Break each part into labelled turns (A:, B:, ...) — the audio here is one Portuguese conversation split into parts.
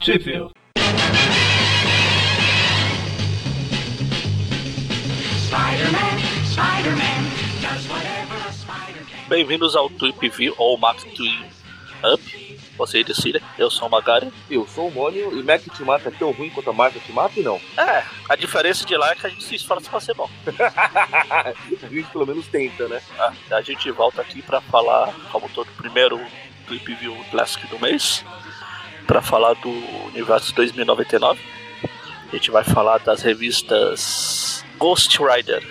A: Sheffield. Bem-vindos ao Tweep View ou Max Tweep Up. Você decide, eu sou o Magari.
B: Eu sou o Mônio e Mac te mata é tão ruim quanto a Marta te mata e não.
A: É, a diferença de lá é que a gente se esforça pra ser bom.
B: a gente pelo menos tenta, né?
A: Ah, a gente volta aqui pra falar, como todo primeiro Tweep View Classic do mês, pra falar do universo 2099. A gente vai falar das revistas Ghost Rider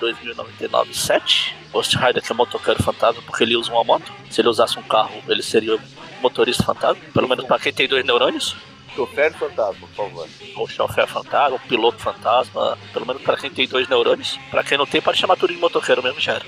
A: 2099 7. Ghost Rider que é motoqueiro fantasma porque ele usa uma moto. Se ele usasse um carro, ele seria um motorista fantasma. Pelo menos para quem tem dois neurônios.
B: Chofer fantasma, por favor.
A: Ou chofer fantasma, ou piloto fantasma. Pelo menos para quem tem dois neurônios. Para quem não tem, pode chamar tudo de motoqueiro mesmo, já era.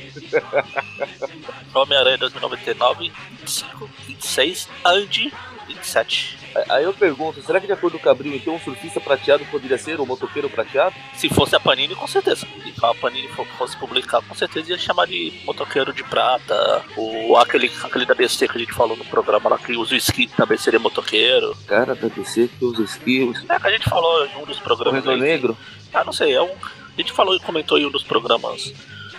A: Homem-Aranha 2099, 25, 26, Andy, 27.
B: Aí eu pergunto, será que de acordo com o Cabril, então um surfista prateado poderia ser um motoqueiro prateado?
A: Se fosse a Panini, com certeza. Se a Panini fo- fosse publicar, com certeza ia chamar de motoqueiro de prata. Ou aquele, aquele da DC que a gente falou no programa lá, que usa o skin também seria motoqueiro.
B: Cara da DC que usa esquilos.
A: É que a gente falou em um dos programas.
B: Corredor
A: aí.
B: negro?
A: Ah, não sei, é um. A gente falou e comentou em um dos programas.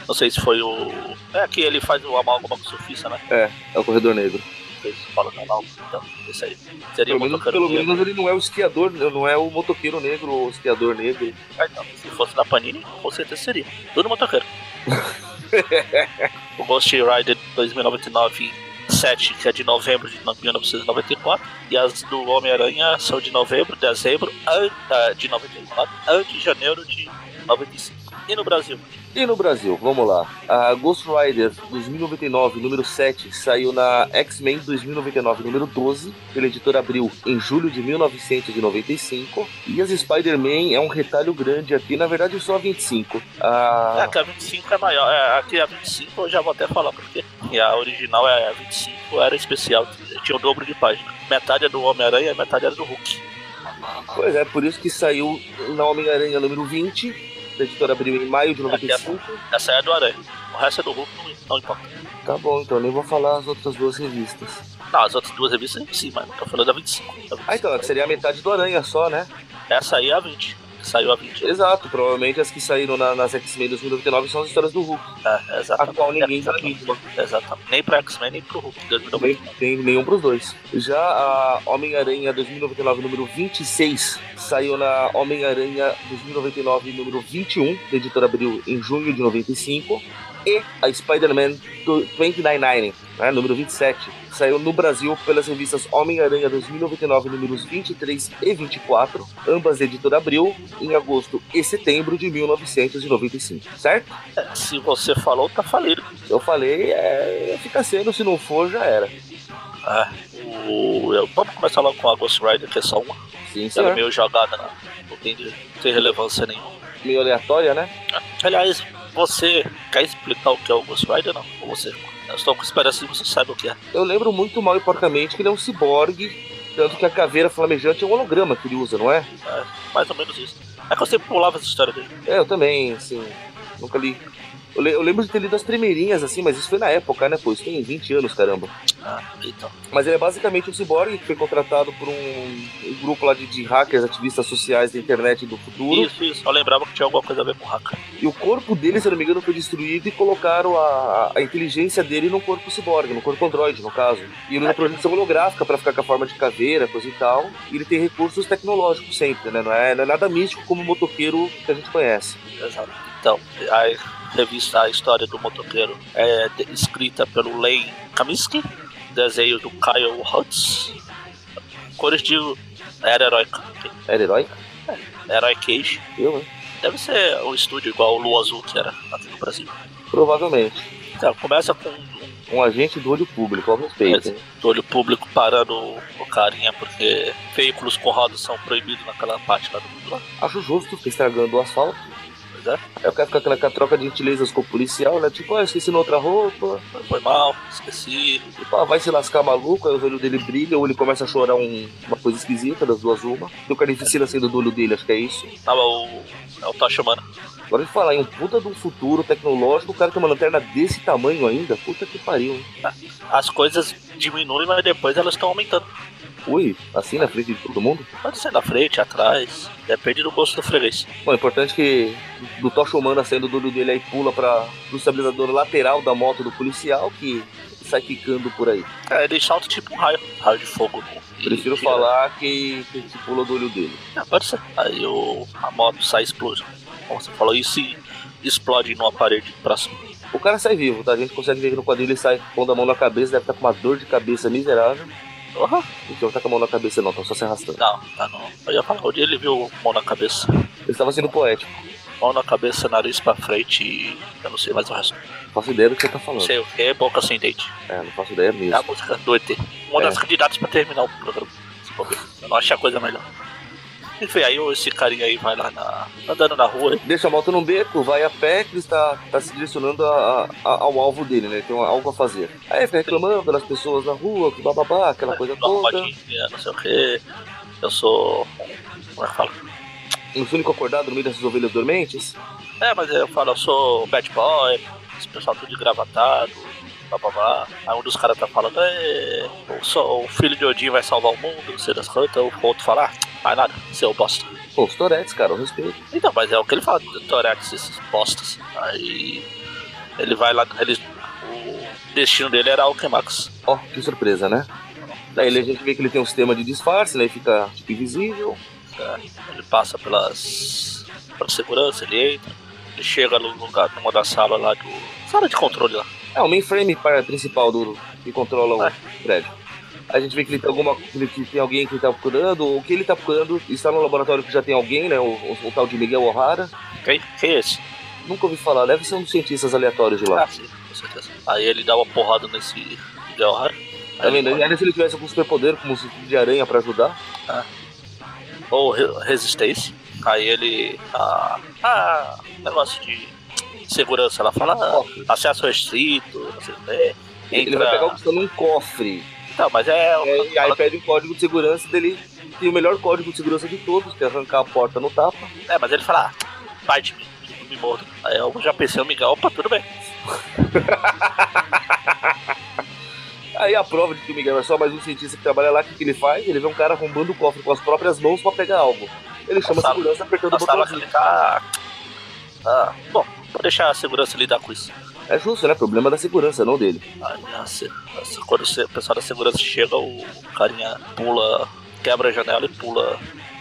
A: Não sei se foi o. É que ele faz o amálgama com o surfista, né?
B: É, é o corredor negro.
A: Fez fala da amálgama, então, esse aí. Seria
B: Pelo
A: o
B: menos,
A: motoqueiro
B: pelo
A: negro.
B: menos ele não é o esquiador, não é o motoqueiro negro ou o esquiador negro.
A: Ah, então, se fosse na Panini, com certeza seria. Tudo motoqueiro. o Ghost Rider 2099 7, que é de novembro de 1994, e as do Homem-Aranha são de novembro, dezembro an- ah, de 94, antes de janeiro de 95. E no Brasil?
B: E no Brasil, vamos lá. A Ghost Rider 2099, número 7, saiu na X-Men 2099, número 12, pela editora Abril, em julho de 1995. E as Spider-Man é um retalho grande aqui, na verdade só 25.
A: É,
B: A...
A: aqui a 25 é maior. É, aqui a 25 eu já vou até falar porque e a original é a 25, era especial, tinha o dobro de página. Metade é do Homem-Aranha e metade era do Hulk.
B: Pois é, por isso que saiu na Homem-Aranha número 20, da editora Abril, em maio de 95.
A: Essa é a do Aranha. O resto é do Hulk, não- não importa.
B: Tá bom, então nem vou falar as outras duas revistas.
A: Não, Tá, as outras duas revistas sim, mas não tô falando da 25. Da 25.
B: Ah, então, que seria a metade do Aranha só, né?
A: Essa aí é a 20. que Saiu a 20.
B: Exato, provavelmente as que saíram na, nas X-Men 2099 são as histórias do Hulk,
A: É,
B: a
A: exatamente.
B: qual ninguém dá
A: exatamente,
B: mínima.
A: exatamente. Nem pra X-Men, nem pro Hulk.
B: Também
A: 2009.
B: não tem nenhum pros dois. Já a Homem-Aranha 2099, número 26, saiu na Homem-Aranha 2099, número 21, da editora Abril, em junho de 95. E a Spider-Man 2099, né, número 27, saiu no Brasil pelas revistas Homem-Aranha 2099, números 23 e 24, ambas da editora Abril, em agosto e setembro de 1995, certo?
A: É, Se você falou, tá falido.
B: Eu falei, é, fica sendo, se não for, já era.
A: Ah, o- eu- Vamos começar logo com a Ghost Rider, que é só uma.
B: Sim,
A: Ela é
B: senhor.
A: meio jogada, não, não tem, não tem relevância nenhuma.
B: meio aleatória, né?
A: Aliás, você quer explicar o que é o Ghost Rider? Não, ou você? Eu estou com esperança que você saiba o que é.
B: Eu lembro muito mal e porcamente que ele é um ciborgue, tanto que a caveira flamejante é um holograma que ele usa, não é?
A: Mais ou menos isso. É que eu sempre pulava as histórias dele.
B: É, eu também, assim, nunca li. Eu, le- eu lembro de ter lido as primeirinhas, assim, mas isso foi na época, né? Pô, isso tem 20 anos, caramba.
A: Ah, então.
B: Mas ele é basicamente um ciborgue que foi contratado por um, um grupo lá de, de hackers, ativistas sociais da internet do futuro.
A: Isso, isso. Eu lembrava que tinha alguma coisa a ver com o Haka.
B: E o corpo dele, se eu não me engano, foi destruído e colocaram a, a inteligência dele no corpo ciborgue, no corpo androide, no caso. E ele usa projeção holográfica pra ficar com a forma de caveira, coisa e tal. E ele tem recursos tecnológicos sempre, né? Não é, não é nada místico como o motoqueiro que a gente conhece.
A: Exato. Então, a revista A História do Motoqueiro é de- escrita pelo Lane Kaminsky, desenho do Kyle Hutz, cores de Era Heroica,
B: Era herói?
A: Herói Cage.
B: Eu, né?
A: Deve ser um estúdio igual o Lua Azul que era aqui no Brasil.
B: Provavelmente.
A: Então, começa com um
B: Um agente do olho público, ao respeito. hein?
A: olho público parando o carinha, porque veículos com rodas são proibidos naquela parte lá do mundo. lá.
B: Acho justo, fica estragando o asfalto.
A: Pois é.
B: Eu quero ficar com aquela troca de gentilezas com o policial, né? Tipo, ah, esqueci na outra roupa.
A: Foi mal, esqueci.
B: Tipo, ah, vai se lascar maluco, aí os olhos dele brilham, ou ele começa a chorar um- uma coisa esquisita, das duas uma. Tem o carnificina saindo do olho dele, acho que é isso.
A: Tava o. É o Tocha Humana.
B: Agora de falar em um puta de um futuro tecnológico, o cara tem uma lanterna desse tamanho ainda, puta que pariu, hein?
A: as coisas diminuem, mas depois elas estão aumentando.
B: Ui, assim na frente de todo mundo?
A: Pode ser na frente, atrás, depende do gosto do freguês.
B: Bom, é importante que do Tocha Humana saindo do olho dele aí pula para o estabilizador lateral da moto do policial que sai quicando por aí.
A: É, ele salta tipo um raio, raio de fogo. E
B: Prefiro
A: tira.
B: falar que, que se pula do olho dele.
A: É, pode ser. Aí o, a moto sai e explode. Como você falou, isso e explode numa parede próxima.
B: O cara sai vivo, tá? A gente consegue ver que no quadril ele sai pondo a mão na cabeça, deve estar com uma dor de cabeça miserável.
A: Porra!
B: Então tá com a mão na cabeça não, tá só se arrastando.
A: Não, tá não. Eu ia falar onde ele viu mão na cabeça.
B: Eu estava sendo poético,
A: Mão na cabeça, nariz pra frente e eu não sei mais o resto.
B: não faço ideia do que você tá
A: Não
B: falando.
A: sei o que é boca sem dente.
B: É, não faço ideia
A: É a
B: mesmo.
A: música do ET. Uma
B: É.
A: das candidatas pra terminar o programa. se bobear. Eu não achei a coisa melhor. Enfim, aí esse carinha aí vai lá na. andando na rua, hein?
B: Deixa a moto num beco, vai a pé, que ele está, está se direcionando a- a- ao alvo dele, né? Ele Tem algo a fazer. Aí fica reclamando das pessoas na rua, que bababá, aquela coisa toda.
A: tá arrumadinha, não sei o que. Eu sou. Como é que fala?
B: Um único acordado no meio dessas ovelhas dormentes.
A: É, mas eu falo, eu sou bad boy, esse pessoal tudo engravatado, blá blá blá. Aí um dos caras tá falando, é, o, so- o filho de Odin vai salvar o mundo, não sei das quantas, o outro fala, ah, vai nada, seu bosta.
B: Pô, os toretes, cara, eu respeito.
A: Então, mas é o que ele fala, Torex, esses bostas. Aí ele vai lá, ele, o destino dele era Alquemax.
B: Ó, que surpresa, né? Daí ele- a gente vê que ele tem um sistema de disfarce, né? Ele fica tipo, invisível.
A: Ele passa pelas. pela segurança, ele entra, ele chega no lugar, numa das salas lá do. sala de controle lá.
B: É o mainframe par- principal do que controla o
A: É.
B: prédio. A gente vê que ele tem alguma que ele- que tem alguém que ele tá procurando, ou que ele tá procurando está no laboratório que já tem alguém, né? O, o- o tal de Miguel O'Hara.
A: Quem? Quem é esse?
B: Nunca ouvi falar, deve ser um dos cientistas aleatórios de lá.
A: Ah, sim, com certeza. Aí ele dá uma porrada nesse Miguel O'Hara. Aí
B: tá vendo?
A: ele fala,
B: Ainda se ele tivesse algum superpoder, como o sentido de aranha pra ajudar.
A: Ou re- resistência. Aí ele. Ah, ah, negócio de segurança. Ela fala,
B: Ó,
A: ah, acesso restrito, não sei o quê.
B: ele vai pegar o
A: Entra.
B: que está num cofre.
A: Não, mas é.
B: É, e aí pede um código de segurança dele. Tem o melhor código de segurança de todos, que é arrancar a porta no tapa.
A: É, mas ele fala, ah, vai de mim, não me mordo. Aí eu já pensei, o Miguel, opa, tudo bem.
B: Aí a prova de que o Miguel é só mais um cientista que trabalha lá, o que, que ele faz? Ele vê um cara arrombando o cofre com as próprias mãos pra pegar algo. Ele chama a
A: Passava.
B: segurança apertando o
A: Na sala que
B: botãozinho.
A: ele tá. Ah, bom, vou deixar a segurança lidar com isso.
B: É justo, né? Problema da segurança, não dele.
A: Aí, a se- a se- quando o pessoal da segurança chega, o carinha pula, quebra a janela e pula,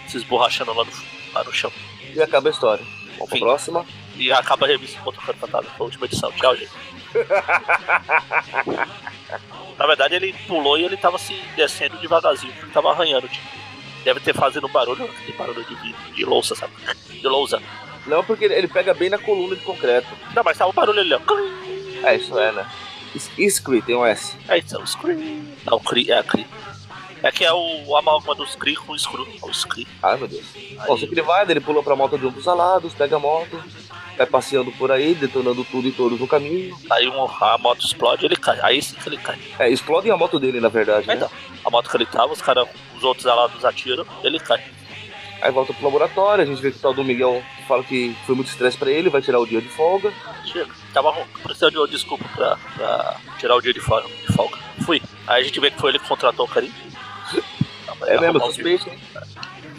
A: se esborrachando lá no, lá no chão.
B: E acaba a história. Vamos pra
A: Fim.
B: próxima.
A: E acaba a revista contra o Canto Fantasma, foi a última edição. Tchau, gente. Na verdade, ele pulou e ele tava se descendo devagarzinho, ele tava arranhando, tipo. Deve ter fazendo barulho, aquele barulho de, vidro, de louça, sabe? De lousa.
B: Não, porque ele- ele pega bem na coluna de concreto.
A: Não, mas tava o barulho ali, ó.
B: É, isso é, né? Es- Scree, tem um S.
A: É isso, é o Scree. Não, o Cree, é a Cree. É que é o amálgama do Scree com o Screw. É o Scree.
B: Ai, Ah, meu Deus.
A: Aí-
B: Bom, sei que ele vai, daí ele pula pra moto de um dos alados, pega a moto, vai passeando por aí, detonando tudo e todos no caminho.
A: Aí um, a moto explode ele cai. Aí sim que ele cai.
B: É, explodem a moto dele, na verdade, né?
A: Então, a moto que ele tava, os caras, os outros alados atiram, ele cai.
B: Aí volta pro laboratório, a gente vê que o tal do Miguel fala que foi muito estresse pra ele, vai tirar o dia de folga.
A: Chega. Tava ro- precisando de uma desculpa pra, pra tirar o dia de folga. De folga. Fui. Aí a gente vê que foi ele que contratou o carinho.
B: É mesmo,
A: Arrumar o dia.
B: suspeito, hein?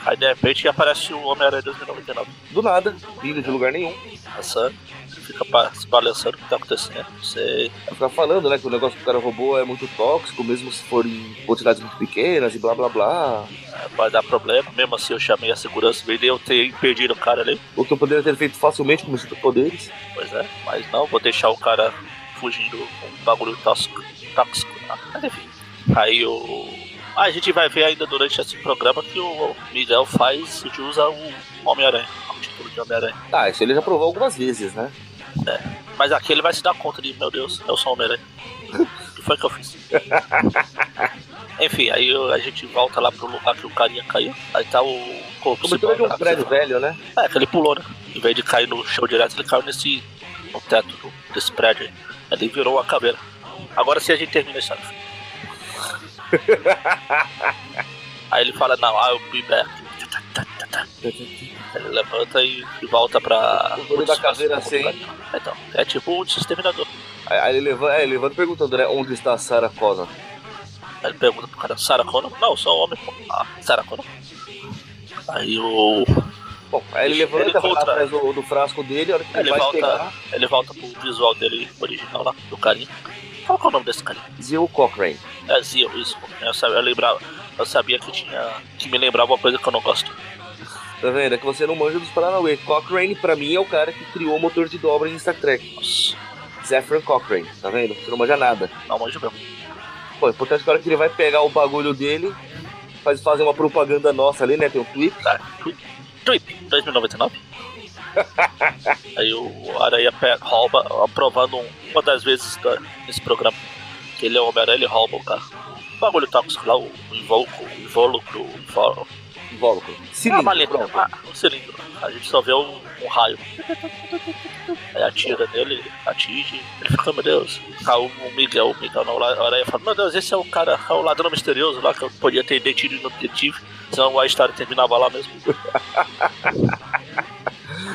A: Aí de repente aparece o Homem-Aranha 2099.
B: Do nada, vindo de lugar nenhum.
A: Passando. Ele Fica pa- se balançando o que tá acontecendo. Não sei.
B: Vai ficar falando, né, que o negócio que o cara roubou é muito tóxico, mesmo se for em quantidades muito pequenas e blá blá blá.
A: é, Vai dar problema. Mesmo assim eu chamei a segurança. Veio eu ter impedido o cara ali.
B: O que eu poderia ter feito facilmente com meus superpoderes.
A: Pois é, mas não, vou deixar o cara fugindo com um bagulho tóxico. tóxico lá. Mas enfim. Aí o. Ah, a gente vai ver ainda durante esse programa que o Miguel faz de usa o Homem-Aranha, o título de Homem-Aranha.
B: Ah, isso ele já provou algumas vezes, né?
A: Mas aqui ele vai se dar conta de, meu Deus, eu sou o Homem-Aranha. O que foi que eu fiz? Enfim, aí eu- a gente volta lá pro lugar que o carinha caiu. Aí tá o corpo
B: Cobertura de um
A: lá, que
B: prédio
A: você-
B: velho, né?
A: É, que ele pulou, né? Em vez de cair no chão direto, ele caiu nesse. no teto do- desse prédio aí. Ele virou a caveira. Agora sim a gente termina a história. aí ele fala, não, I'll be back. Ele levanta e, e volta pra.
B: O dono da caveira assim.
A: Então, é tipo o exterminador.
B: Aí ele levanta, é, ele levanta perguntando, né, onde está a Sarah Connor?
A: Aí ele pergunta pro cara, Sarah Connor? Não, só homem. Ah, Sarah Connor. Aí o.
B: Bom, aí ele
A: Ele
B: levanta, vai lá
A: encontra-
B: atrás do, do frasco dele, a hora que ele,
A: Ele
B: vai
A: volta-
B: pegar,
A: Ele volta pro visual dele original lá, do carinha. Qual que é o nome desse carinha?
B: Zio Cochrane.
A: É Zio, isso. Eu, sabia, eu lembrava. Eu sabia que tinha. que me lembrava uma coisa que eu não gosto.
B: Tá vendo? É que você não manja dos Paranauê. Cochrane, pra mim, é o cara que criou o motor de dobra em Star Trek.
A: Nossa,
B: Zephyr Cochrane, tá vendo? Você não manja nada.
A: não manjo mesmo.
B: Pô, é importante que a hora que ele vai pegar o bagulho dele, faz, fazer uma propaganda nossa ali, né? Tem um tweet.
A: Tá. Trip, 2099. Aí o Aranha pe- rouba, aprovando um- uma das vezes da- nesse programa que ele é o Homem-Aranha, ele rouba o carro. O bagulho tóxico lá, o o invólucro, o invólucro, o invólucro.
B: Invólucro.
A: Ah,
B: Cilindro,
A: uma letra,
B: pronto.
A: ah, um cilindro. A gente só vê um, um raio. Aí atira nele, atinge. Ele fica, meu Deus. Caiu o Miguel, o Miguel não, lá, a aranha fala, meu Deus, esse é o cara, é o ladrão misterioso lá que eu podia ter detido e não detive. Senão a história terminava lá mesmo.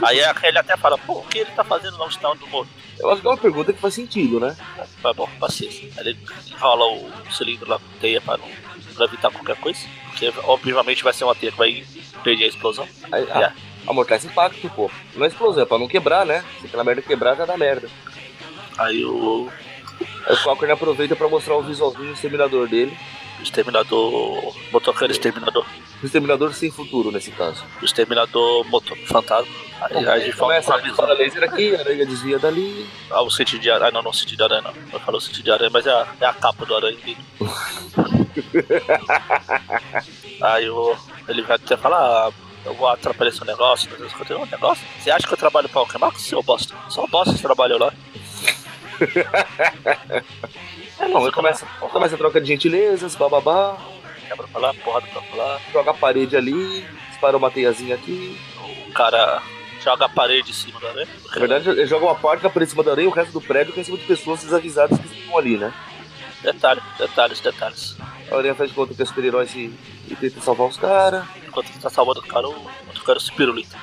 A: Aí ele até fala, pô, o que ele tá fazendo lá no stand do morto?
B: Eu acho que é uma pergunta que faz sentido, né?
A: Mas bom, paciência. Aí ele enrola o cilindro lá com teia pra, não, pra evitar qualquer coisa. Porque obviamente vai ser uma teia que vai impedir a explosão.
B: Aí, ah,
A: Yeah.
B: Amortar esse impacto, pô. Não é explosão, é pra não quebrar, né? Se aquela merda quebrar, já dá merda.
A: Aí o
B: Aí o Cochrane aproveita pra mostrar o visualzinho exterminador dele.
A: Exterminador. Motoqueiro Exterminador.
B: O exterminador sem futuro, nesse caso.
A: O Exterminador motor, Fantasma. Aí a gente fala
B: começa
A: com a
B: a
A: visão.
B: laser aqui, a aranha desvia dali.
A: Ah, o sentido de aranha. Ah, não, não, o sentido de aranha não. Eu falo o sentido de aranha, mas é a, é a capa do aranha. Aí o, ele vai até falar. Ah, eu vou atrapalhar seu negócio, meu Deus, eu tenho um negócio. Você acha que eu trabalho pra o Max, seu bosta? Só bosta que trabalhou lá.
B: É, não, aí começa, começa a troca de gentilezas, bababá.
A: Quebra pra lá, porrada pra lá.
B: Joga a parede ali, dispara uma teiazinha aqui.
A: O cara joga a parede em cima da aranha.
B: Na verdade, ele joga uma porta por cima da areia e o resto do prédio cai em cima de pessoas desavisadas que estão ali, né?
A: Detalhe, detalhes, detalhes.
B: A areia faz de conta que é super-herói e, e tenta salvar os caras.
A: Enquanto ele tá salvando o cara, o outro cara se pirulita.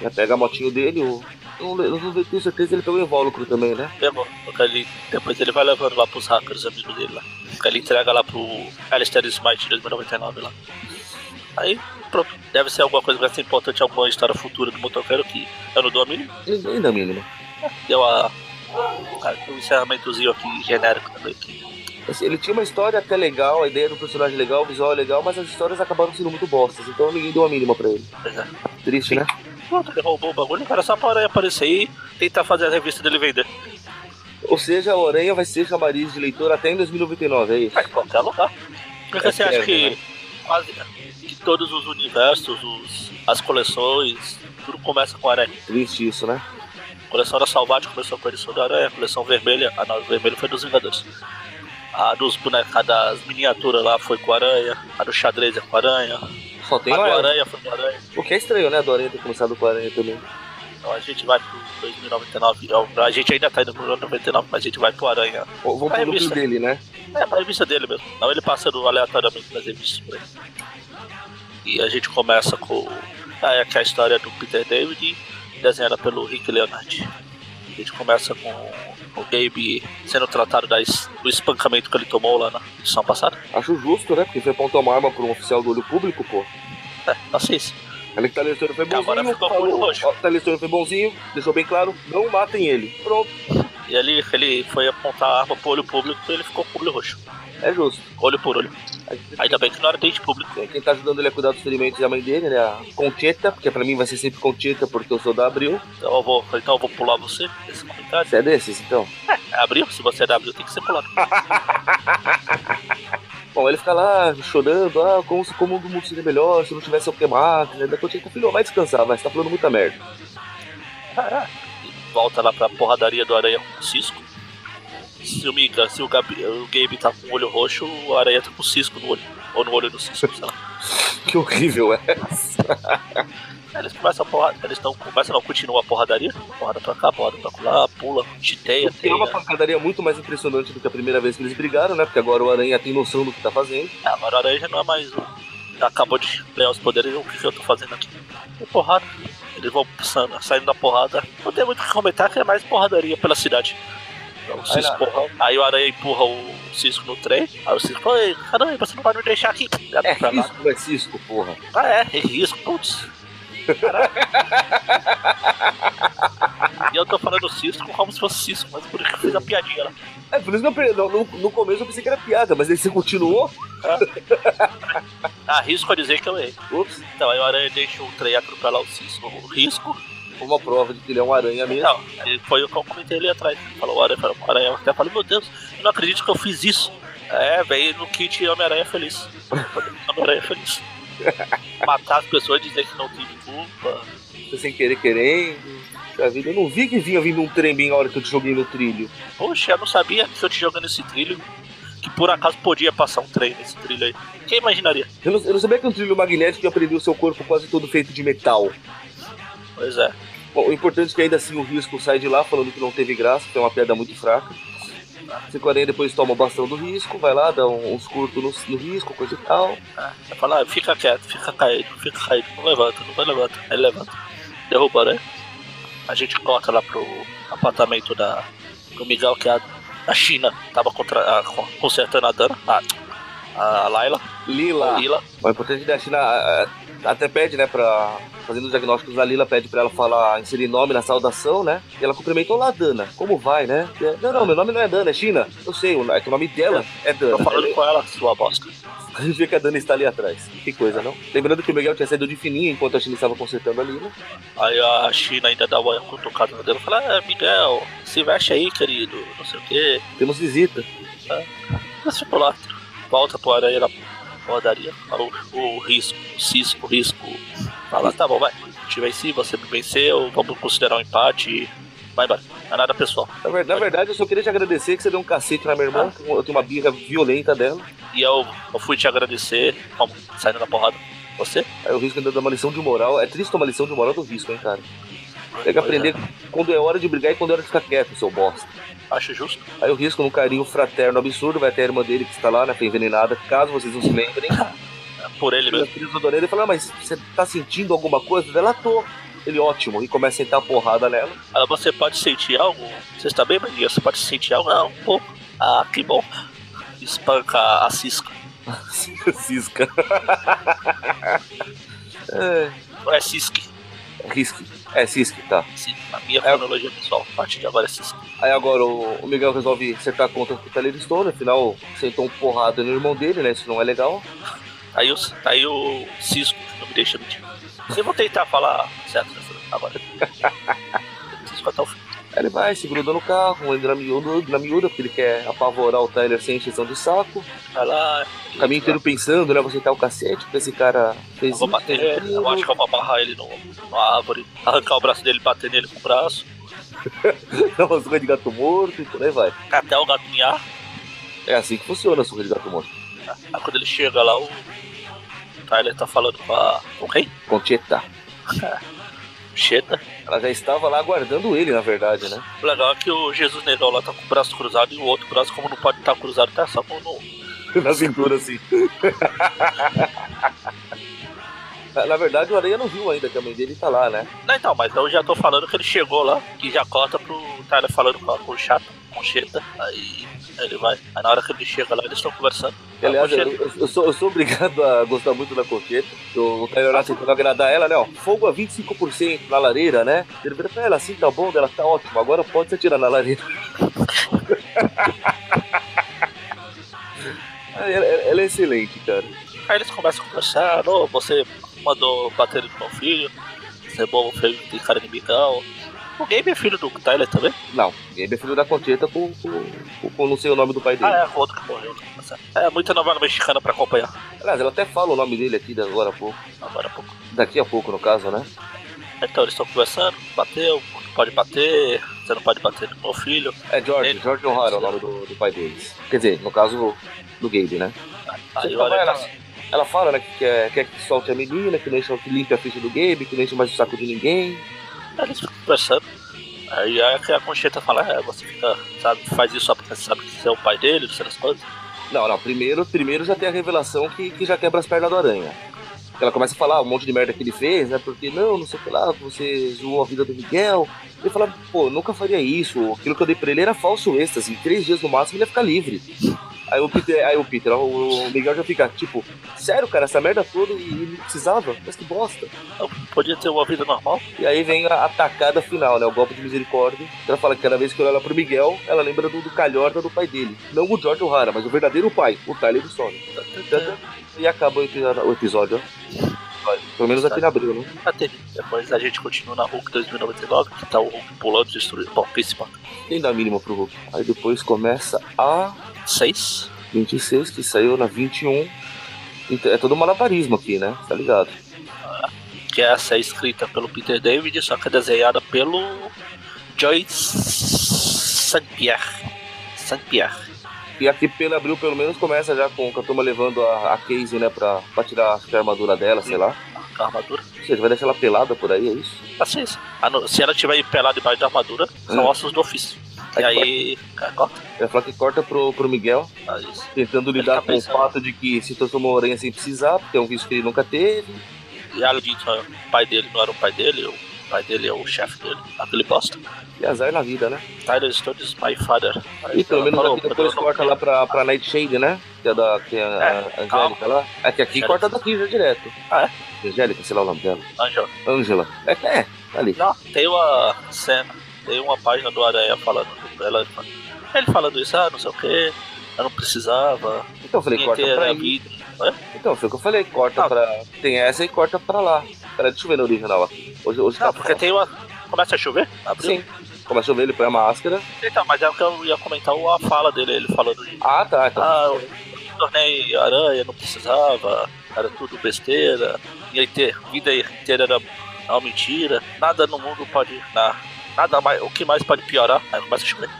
B: Já né? pega a motinho dele, o... eu não, eu não tenho certeza se ele pegou o invólucro também, né?
A: Pegou. Porque ele- depois ele vai levando lá pros hackers, amigos dele lá. Aí ele entrega lá pro Alistair Smite 2099 lá. Aí, pronto. Deve ser alguma coisa que vai ser importante, alguma história futura do motoqueiro que eu não dou a mínima.
B: Ninguém dá mínima.
A: Deu a. a- um encerramentozinho aqui genérico também. Que
B: Assim, ele tinha uma história até legal, a ideia do personagem legal, o visual é legal, mas as histórias acabaram sendo muito bostas, então ninguém deu a mínima pra ele.
A: Pois é.
B: Triste, né?
A: Pronto, ele roubou o bagulho, o cara só para aí aparecer aí e tentar fazer a revista dele vender.
B: Ou seja, a Oranha vai ser chamariz de leitor até em 2099, é isso?
A: Mas em qualquer lugar. Porque
B: É
A: você acha
B: sério,
A: tá? que
B: né?
A: quase que todos os universos, os- as coleções, tudo começa com aranha.
B: Triste isso, né?
A: A coleção da Salvati começou com a edição da aranha, a coleção vermelha, a nova vermelha foi dos Vingadores. A dos bonecos, a das miniaturas lá foi com aranha, a do xadrez é com aranha,
B: Só tem
A: a do
B: uma.
A: aranha foi com aranha.
B: O que é estranho, né? A do Aranha ter começado com a Aranha também.
A: Então a gente vai pro 2099, não, é a gente ainda tá indo pro 2099, mas a gente vai pro aranha.
B: Ou Vamos
A: Ah, é
B: pro núcleo
A: isso.
B: dele, né?
A: É, pra revista dele mesmo. Não, ele passando aleatoriamente nas revistas por aí. E a gente começa com ah, é que é a história do Peter David, desenhada pelo Rick Leonard. A gente começa com o Gabe sendo tratado da es- do espancamento que ele tomou lá na edição passada.
B: Acho justo, né? Porque foi apontar uma arma pra um oficial do olho público, pô.
A: É, paciência.
B: Ele que tá listrando foi bonzinho.
A: Agora ficou com o olho
B: falou,
A: roxo.
B: ó, tá listrando foi bonzinho, deixou bem claro, não matem ele. Pronto,
A: E ali ele foi apontar a arma pro olho público e ele ficou com o olho roxo.
B: é justo.
A: Olho por olho.
B: A gente
A: Ainda bem que não era dente público.
B: tem- Quem tá ajudando ele a cuidar dos ferimentos é a mãe dele, né? A Concheta, porque pra mim vai ser sempre Concheta, porque eu sou da Abril.
A: Então eu vou, então eu vou pular você, esse comentário.
B: Você é desses, então?
A: É, abriu? Se você é da abril, tem que ser pulado.
B: Bom, ele fica lá chorando, ah, como se como o mundo seria melhor se não tivesse o que máquina. Da Concheta, filho, vai descansar, vai, você tá falando muita merda.
A: volta lá pra porradaria do Aranha com o Cisco. Se o, Mika, se o, Gabi, o Gabe tá com o olho roxo, o Aranha tá com o Cisco no olho. Ou no olho do Cisco, sei lá.
B: Que horrível é.
A: Aí Eles começam a porrada, eles estão. Começam não, continua a porradaria. Porrada pra cá, porrada pra lá, pula, chiteia,
B: É
A: teia.
B: uma pancadaria muito mais impressionante do que a primeira vez que eles brigaram, né? Porque agora o Aranha tem noção do que tá fazendo.
A: Ah, Agora o Aranha já não é mais um. já Acabou de ganhar os poderes, o que eu tô fazendo aqui? É porrada. Eles vão sa- saindo da porrada. Não tem muito o que comentar, que é mais porradaria pela cidade. Então, o Cisco, aí o Aranha empurra o Cisco no trem. Aí o Cisco fala, "Ei, caramba, você não vai me deixar aqui. Leva
B: É
A: pra lá.
B: risco, é cisco, porra.
A: Ah, é, é risco, putz. Caraca. e eu tô falando Cisco como se fosse Cisco, mas por isso que eu fiz a piadinha lá.
B: É, por isso que eu, pe- no, no- no começo eu pensei que era piada, mas aí você continuou.
A: Ah, risco a dizer que eu errei.
B: Ups,
A: Então, aí o Aranha deixa o trem atropelar o Cisco, o risco.
B: foi uma prova de que ele é um aranha mesmo.
A: Não, ele- Então, foi o que eu comentei ali atrás. Ele Falou, o Aranha, falou, o Aranha até falou, meu Deus, eu não acredito que eu fiz isso. É, veio no kit Homem-Aranha Feliz. Homem-Aranha Feliz. Matar as pessoas, dizer que não tive culpa.
B: Foi Sem querer, querendo. Puxa vida, Eu não vi que vinha vindo um trem bem na hora que eu te joguei no trilho.
A: Poxa, eu não sabia que eu te jogando nesse trilho, que por acaso podia passar um trem nesse trilho aí. Quem imaginaria?
B: Eu não, eu não sabia que um trilho magnético ia prender o seu corpo quase todo feito de metal.
A: Pois é.
B: Bom, o importante é que ainda assim o risco sai de lá falando que não teve graça, que é uma piada muito fraca. Cinco aranha depois toma o bastão do risco, vai lá, dá um- uns curtos no, no risco, coisa e tal.
A: Ah, Você fala, ah, fica quieto, fica caído, fica caído, não levanta, não vai levanta. Aí ele levanta. Derruba, né? A gente corta lá pro apartamento da, do Miguel, que é a, a China. Tava contra, a- con- consertando a Dana, a, a Laila,
B: Lila.
A: a Lila.
B: O importante da China a- a- até pede, né, pra. Fazendo os diagnósticos da Lila, pede pra ela falar, inserir nome na saudação, né? E ela cumprimentou lá, Dana. Como vai, né? E ela, Não, não, meu nome não é Dana, é China. Eu sei, o- é que o nome dela é
A: Tô
B: Dana.
A: falando com ela, sua bosta.
B: A gente vê que a Dana está ali atrás. Que coisa, não? Lembrando que o Miguel tinha saído de fininho enquanto a China estava consertando a Lila.
A: Aí a China ainda dá uma cutucada no dela e fala, ah, Miguel, se veste aí, querido, não sei o quê.
B: Temos visita.
A: Mas ficou lá. Volta pro aranha na rodaria. Falou, o risco, o cisco, o risco. Fala, tá bom, vai. Te venci, você me venceu, vamos considerar um empate. Vai embora. Não é nada pessoal.
B: Na ver- na verdade, eu só queria te agradecer que você deu um cacete na minha irmã. Eu tenho uma birra violenta dela.
A: E eu, eu fui te agradecer, como, saindo na porrada. Você?
B: Aí o risco ainda dá uma lição de moral. É triste tomar lição de moral do risco, hein, cara? Tem
A: Pois
B: que aprender quando é hora de brigar e quando é hora de ficar quieto, seu bosta.
A: é, acho justo.
B: Aí o risco num carinho fraterno absurdo, vai até a irmã dele que está lá, né? Foi envenenada, caso vocês não se lembrem.
A: É por ele
B: Ele
A: mesmo.
B: acredita na orelha e fala, "Ah, mas você tá sentindo alguma coisa? Ela tô. Ele ótimo, e começa a sentar a porrada nela.
A: Ah, Você pode sentir algo? Você está bem, Maria? Você pode sentir algo? Ah, um pouco. Ah, que bom. Espanca a cisca.
B: Cisca. é,
A: Não é cisque.
B: risque. É, cisque, tá.
A: Sim, a minha
B: É.
A: cronologia pessoal. A partir de agora é cisque.
B: Aí agora o o Miguel resolve acertar contra o Tyler Stone, afinal sentou um porrada no irmão dele, né? Isso não é legal.
A: Aí o, aí o Cisco não me deixa mentir. Eu vou tentar falar certo né, agora. Cisco até o fim.
B: Aí ele vai, se gruda no carro, entra na miúda, na miúda, porque ele quer apavorar o Tyler sem exceção de saco.
A: Vai lá.
B: O caminho inteiro pensando, né? Você tá o cacete, porque esse cara fez
A: Eu vou
B: isso,
A: bater,
B: fez aquilo.
A: eu acho que eu vou amarrar ele no- numa árvore, arrancar o braço dele, bater nele com o braço,
B: Dá uma surra de gato morto e por aí vai.
A: até o gato miar.
B: É assim que funciona a surra de gato morto.
A: Aí quando ele chega lá, o Tyler tá falando com a. com quem?
B: Concheta.
A: Cheta.
B: Ela já estava lá aguardando ele, na verdade, né?
A: O legal é que o Jesus Negão lá tá com o braço cruzado e o outro braço, como não pode estar cruzado, tá só com no.
B: Na cintura, assim. Na- na verdade, o Aranha não viu ainda que a mãe dele tá lá, né?
A: Não, então, mas eu já tô falando que ele chegou lá e já corta pro Tyler falando com a com o chata, com o Cheta. Aí ele vai. Aí na hora que ele chega lá, eles estão conversando.
B: E, Aliás,
A: Ah,
B: eu,
A: Concheta,
B: eu- eu sou, eu sou obrigado a gostar muito da Concheta. O Taylor lá tentando agradar ela, né? Ó, fogo a 25% na lareira, né? Ele vira pra ela, assim tá bom, ela tá ótimo. Agora pode se atirar na lareira. ela, ela- ela é excelente, cara.
A: Aí eles começam a conversar, "Ô, você mandou bater no meu filho, você é bom, filho, tem cara de migão. O game é filho do Tyler também?
B: Não, ele é filho da Concheta com, com, com- com não sei o nome do pai
A: Ah,
B: dele.
A: é, o outro que morreu. né? Tá certo. É muita novela mexicana pra acompanhar.
B: Aliás, ela até fala o nome dele aqui de agora a pouco.
A: Agora há pouco.
B: Daqui a pouco, no caso, né?
A: Então eles estão conversando, bateu, não pode bater, você não pode bater no meu filho.
B: É George,
A: Ele-
B: George O'Hara é o nome do, do pai deles. Quer dizer, no caso do Gabe, né?
A: Aí
B: Você
A: olha,
B: trabalha-
A: tá-
B: Ela fala, né, que quer, quer que solte a menina, que não enche, que limpe a ficha do Gabe, que não enche mais o saco de ninguém.
A: Aí Eles ficam conversando. Aí a, a Concheta fala, é, você fica, sabe, faz isso só porque você sabe que você é o pai dele, não sei das coisas.
B: Não, não, primeiro, primeiro já tem a revelação que, que já quebra as pernas do aranha. Ela começa a falar um monte de merda que ele fez, né? Porque não, não sei o que lá, você zoou a vida do Miguel. Ele fala, pô, eu nunca faria isso. Aquilo que eu dei pra ele era falso êxtase. Em três dias no máximo ele ia ficar livre. Aí o Peter, aí o, Peter o, o Miguel já fica, tipo, sério, cara, essa merda toda e e não precisava? Mas que bosta.
A: Eu podia ter uma vida normal.
B: E aí vem a atacada final, né? O golpe de misericórdia. Ela fala que cada vez que ela olha pro Miguel, ela lembra do, do calhorda do pai dele. Não o George O'Hara, mas o verdadeiro pai, o Tyler Stone. E acaba o epi- o episódio, ó. Pelo menos aqui na abril, né?
A: Ah, teve. Depois a gente continua na Hulk 2099, que tá o Hulk pulando, destruindo. Bom, principal.
B: Quem dá a mínima pro Hulk? Aí depois começa a
A: 6.
B: 26, que saiu na 21. Então, É todo malabarismo aqui, né? Tá ligado?
A: que essa é escrita pelo Peter David, só que é desenhada pelo Joyce Saint-Pierre. Saint-Pierre.
B: E aqui pelo abril, pelo menos, começa já com com a turma levando a, a Casey, né? Pra, pra tirar acho que a armadura dela, sei lá.
A: A armadura.
B: Ou seja, vai deixar ela pelada por aí, é isso?
A: Assim, a não- se ela tiver pelada debaixo da armadura, são
B: Hum.
A: ossos do ofício. E aí. Cacota?
B: Ela fala que corta pro, pro Miguel,
A: Ah, isso.
B: tentando
A: Ele
B: lidar
A: tá
B: com o
A: pensando.
B: fato de que se transformou em aranha sem precisar, porque é um vício que ele nunca teve.
A: E além disso, o pai dele não era o pai dele, o pai dele é o chefe dele, aquele bosta.
B: E azar na vida, né?
A: Tyler Stone is my father.
B: E pelo menos
A: Falou,
B: aqui depois
A: Pedro,
B: corta lá pra, pra Nightshade, né? Que é da que é a
A: É,
B: Angélica lá. É que aqui
A: Angélica.
B: corta daqui já direto.
A: Ah,
B: Angélica, sei lá o nome dela.
A: Angel.
B: Ângela. É que é, tá ali.
A: Não, tem uma cena, tem uma página do Aranha falando, ela, ele falando isso, ah, não sei o que, eu não precisava,
B: Então eu falei,
A: tinha que
B: corta
A: ter
B: pra
A: a
B: aí.
A: vida.
B: Então, foi o que eu falei, corta
A: Ah.
B: pra. Tem essa e corta pra lá. Pera, deixa eu ver no original aqui. Hoje, hoje
A: Não,
B: tá
A: porque tem uma. Começa a chover? Abriu?
B: Sim. Começa a ver, ele põe a máscara.
A: Então, mas é o que eu ia comentar a fala dele, ele falando de.
B: Ah, tá. Então.
A: Ah, eu me tornei aranha, não precisava, era tudo besteira, e aí ter vida inteira era uma mentira, nada no mundo pode. Na, nada mais. O que mais pode piorar? É, Aí começa a chover.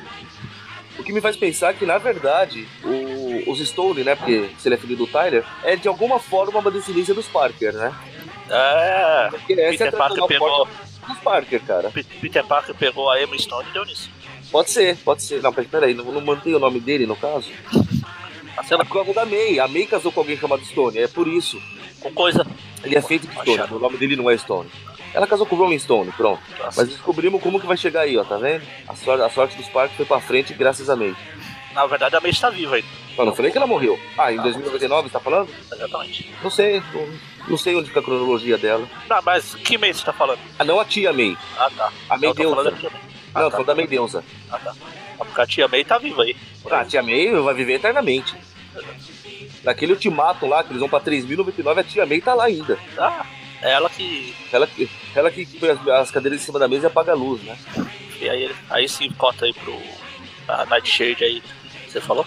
B: O que me faz pensar que, na verdade, o- os Stone, né? Porque se ele é filho do Tyler, é de alguma forma uma descendência dos Parker, né?
A: É.
B: Porque essa é a
A: Peter Parker
B: tradicional
A: pegou.
B: forma dos Parker, cara.
A: Pe- Peter Parker pegou a Emma Stone e deu nisso.
B: Pode ser, pode ser. Não, mas peraí, não, não mantém o nome dele no caso?
A: Ah, sei lá,
B: Por causa da May. A May casou com alguém chamado Stone, é por isso.
A: com coisa.
B: Ele é feito de Stone,
A: Machado.
B: o nome dele não é Stone. Ela casou com o Rolling Stone, pronto. Mas descobrimos como que vai chegar aí, ó, tá vendo? A sorte, a sorte dos parques foi pra frente graças a May.
A: Na verdade, a May está viva ainda.
B: Não, não falei que ela morreu. Ah, em
A: Ah.
B: 2099, você tá falando?
A: Exatamente.
B: Não sei, não, não sei onde fica a cronologia dela.
A: Não, mas que May você está falando?
B: Ah, não a tia May.
A: Ah, tá.
B: A May um
A: Eu tô falando
B: Deusa.
A: da tia May. Ah,
B: Não,
A: tá.
B: tô da May Deusa.
A: Ah, tá. Ah, Porque a tia May tá viva aí.
B: Ah, a tia May vai viver eternamente. Naquele ultimato lá, que eles vão pra 3099, a tia May tá lá ainda.
A: Ah, é ela que.
B: Ela que, ela que põe as, as cadeiras em cima da mesa e apaga a luz, né?
A: E aí, ele- aí se corta aí pro. A Nightshade aí. Você falou?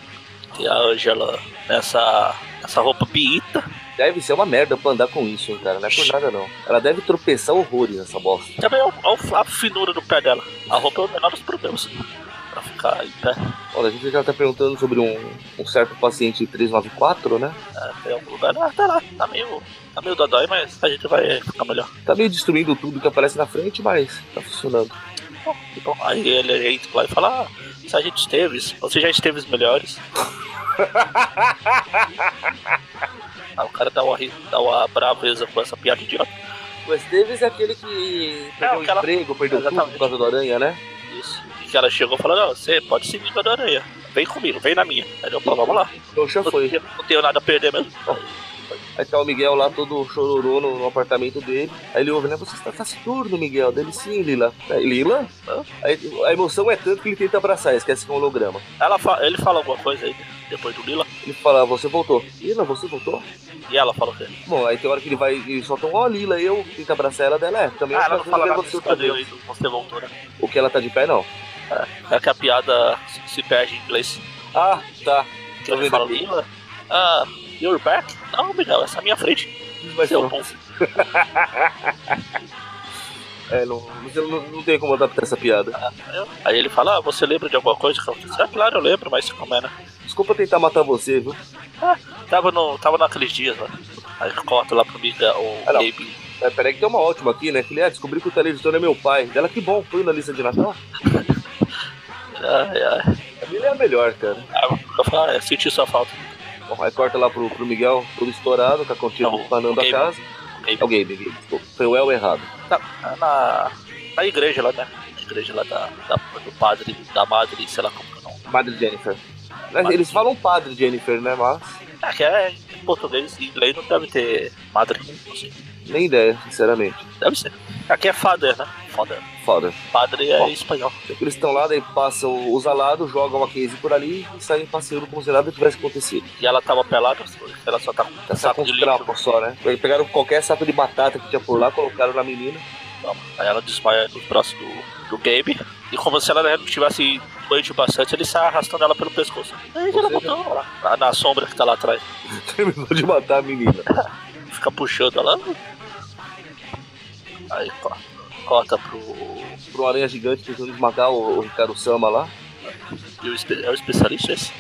A: E a Angela nessa. Essa roupa biita.
B: Deve ser uma merda pra andar com isso, hein, cara. Não é por nada, não. Ela deve tropeçar horrores nessa bosta.
A: Também é o- é o- a finura do pé dela. A roupa é o menor dos problemas. Pra ficar em pé. né?
B: Olha, a gente já tá perguntando sobre um, um certo paciente 394, né?
A: É, em algum lugar. Ah, tá lá. Tá meio. Tá meio dodói, mas a gente vai ficar melhor.
B: Tá meio destruindo tudo que aparece na frente, mas tá funcionando.
A: Bom, que bom. Aí ele entra lá e fala: ah, se a gente esteve, você já esteve os melhores. Aí o cara dá uma, ri- dá uma braveza com essa piada idiota.
B: O Esteves é aquele que perdeu o
A: aquela-
B: emprego, perdeu tudo
A: Exatamente.
B: por causa do aranha, né?
A: Isso. E que ela chegou e falou: não, você pode seguir com a da aranha. Vem comigo, vem na minha. Aí eu falou: vamos lá.
B: O chão
A: Não
B: foi.
A: tenho, não tenho nada a perder mesmo.
B: Aí tá o Miguel lá todo chororô no, no apartamento dele. Aí ele ouve, né? Você está taciturno, Miguel. Dele sim, Lila. Aí, Lila?
A: Hã?
B: Aí, a emoção é tanto que ele tenta abraçar, esquece que é um holograma.
A: Ela fa- ele fala alguma coisa aí depois do Lila.
B: Ele fala, você voltou. Lila, você voltou?
A: E ela fala o quê?
B: Bom, aí tem hora que ele vai e solta um, ó, Lila, eu tenta abraçar ela dela. É, também
A: Ah,
B: eu
A: ela não
B: faço
A: fala
B: o que
A: nada
B: aconteceu
A: desse quadril
B: também.
A: aí do Você Voltou, né?
B: O que ela tá de pé, não.
A: É que a piada se perde em inglês.
B: Ah, tá.
A: Que
B: Tô
A: ele
B: vendo
A: fala,
B: aqui.
A: Lila, ah, you're back? Não, Miguel, essa é a minha frente.
B: Mas
A: Seu
B: não,
A: ponto.
B: é, não, você não, não tem como adaptar essa piada.
A: Aí ele fala, ah, você lembra de alguma coisa que aconteceu? Ah, claro, eu lembro, mas como é, né?
B: Desculpa tentar matar você, viu?
A: Tava, no, tava naqueles dias, né? Aí corta lá pro Miguel, o
B: Ah, não.
A: Baby.
B: É, peraí que tem uma ótima aqui, né? Que ele, ah, descobri que o televisor é meu pai. Dela, que bom, foi na lista de Natal.
A: Ai, ai.
B: A Lila é a melhor, cara.
A: Aí eu falo, ah, eu senti sua falta.
B: Bom, aí corta lá pro, pro Miguel, todo estourado, com a continha
A: Não,
B: panando a
A: Tá ok.
B: casa.
A: Game.
B: É o game, game. desculpa. Foi o El errado.
A: Na, Tá, na, na igreja lá, né? Na igreja lá da, da- do padre, da madre, sei lá como que é o nome.
B: Madre Jennifer. Né,
A: Madre
B: Eles
A: Jennifer.
B: falam padre Jennifer, né? Mas
A: Ah, que é em português e inglês não deve ter madre, não sei.
B: nem ideia, sinceramente.
A: Deve ser. Aqui é father, né? Father.
B: Foda.
A: Padre é
B: Bom.
A: espanhol.
B: Então, Eles estão lá, daí passam os alados, jogam a case por ali e saem passeando como se nada tivesse acontecido.
A: E ela tava pelada, ela só tá com um
B: Essa
A: saco
B: com
A: de lixo.
B: trapo só, né? Eles Pegaram qualquer saco de batata que tinha por lá, colocaram na menina.
A: Aí ela desmaia no braço do, do Gabe. E como se ela né, não tivesse doente bastante, ele sai arrastando ela pelo pescoço. Aí
B: Ou
A: ela
B: seja-
A: botou lá, na, na sombra que tá lá atrás.
B: Terminou de matar a menina.
A: Fica puxando ela. Aí co- corta pro.
B: Pro aranha gigante tentando esmagar o, o Ricardo Sama lá.
A: e o espe- É o especialista esse?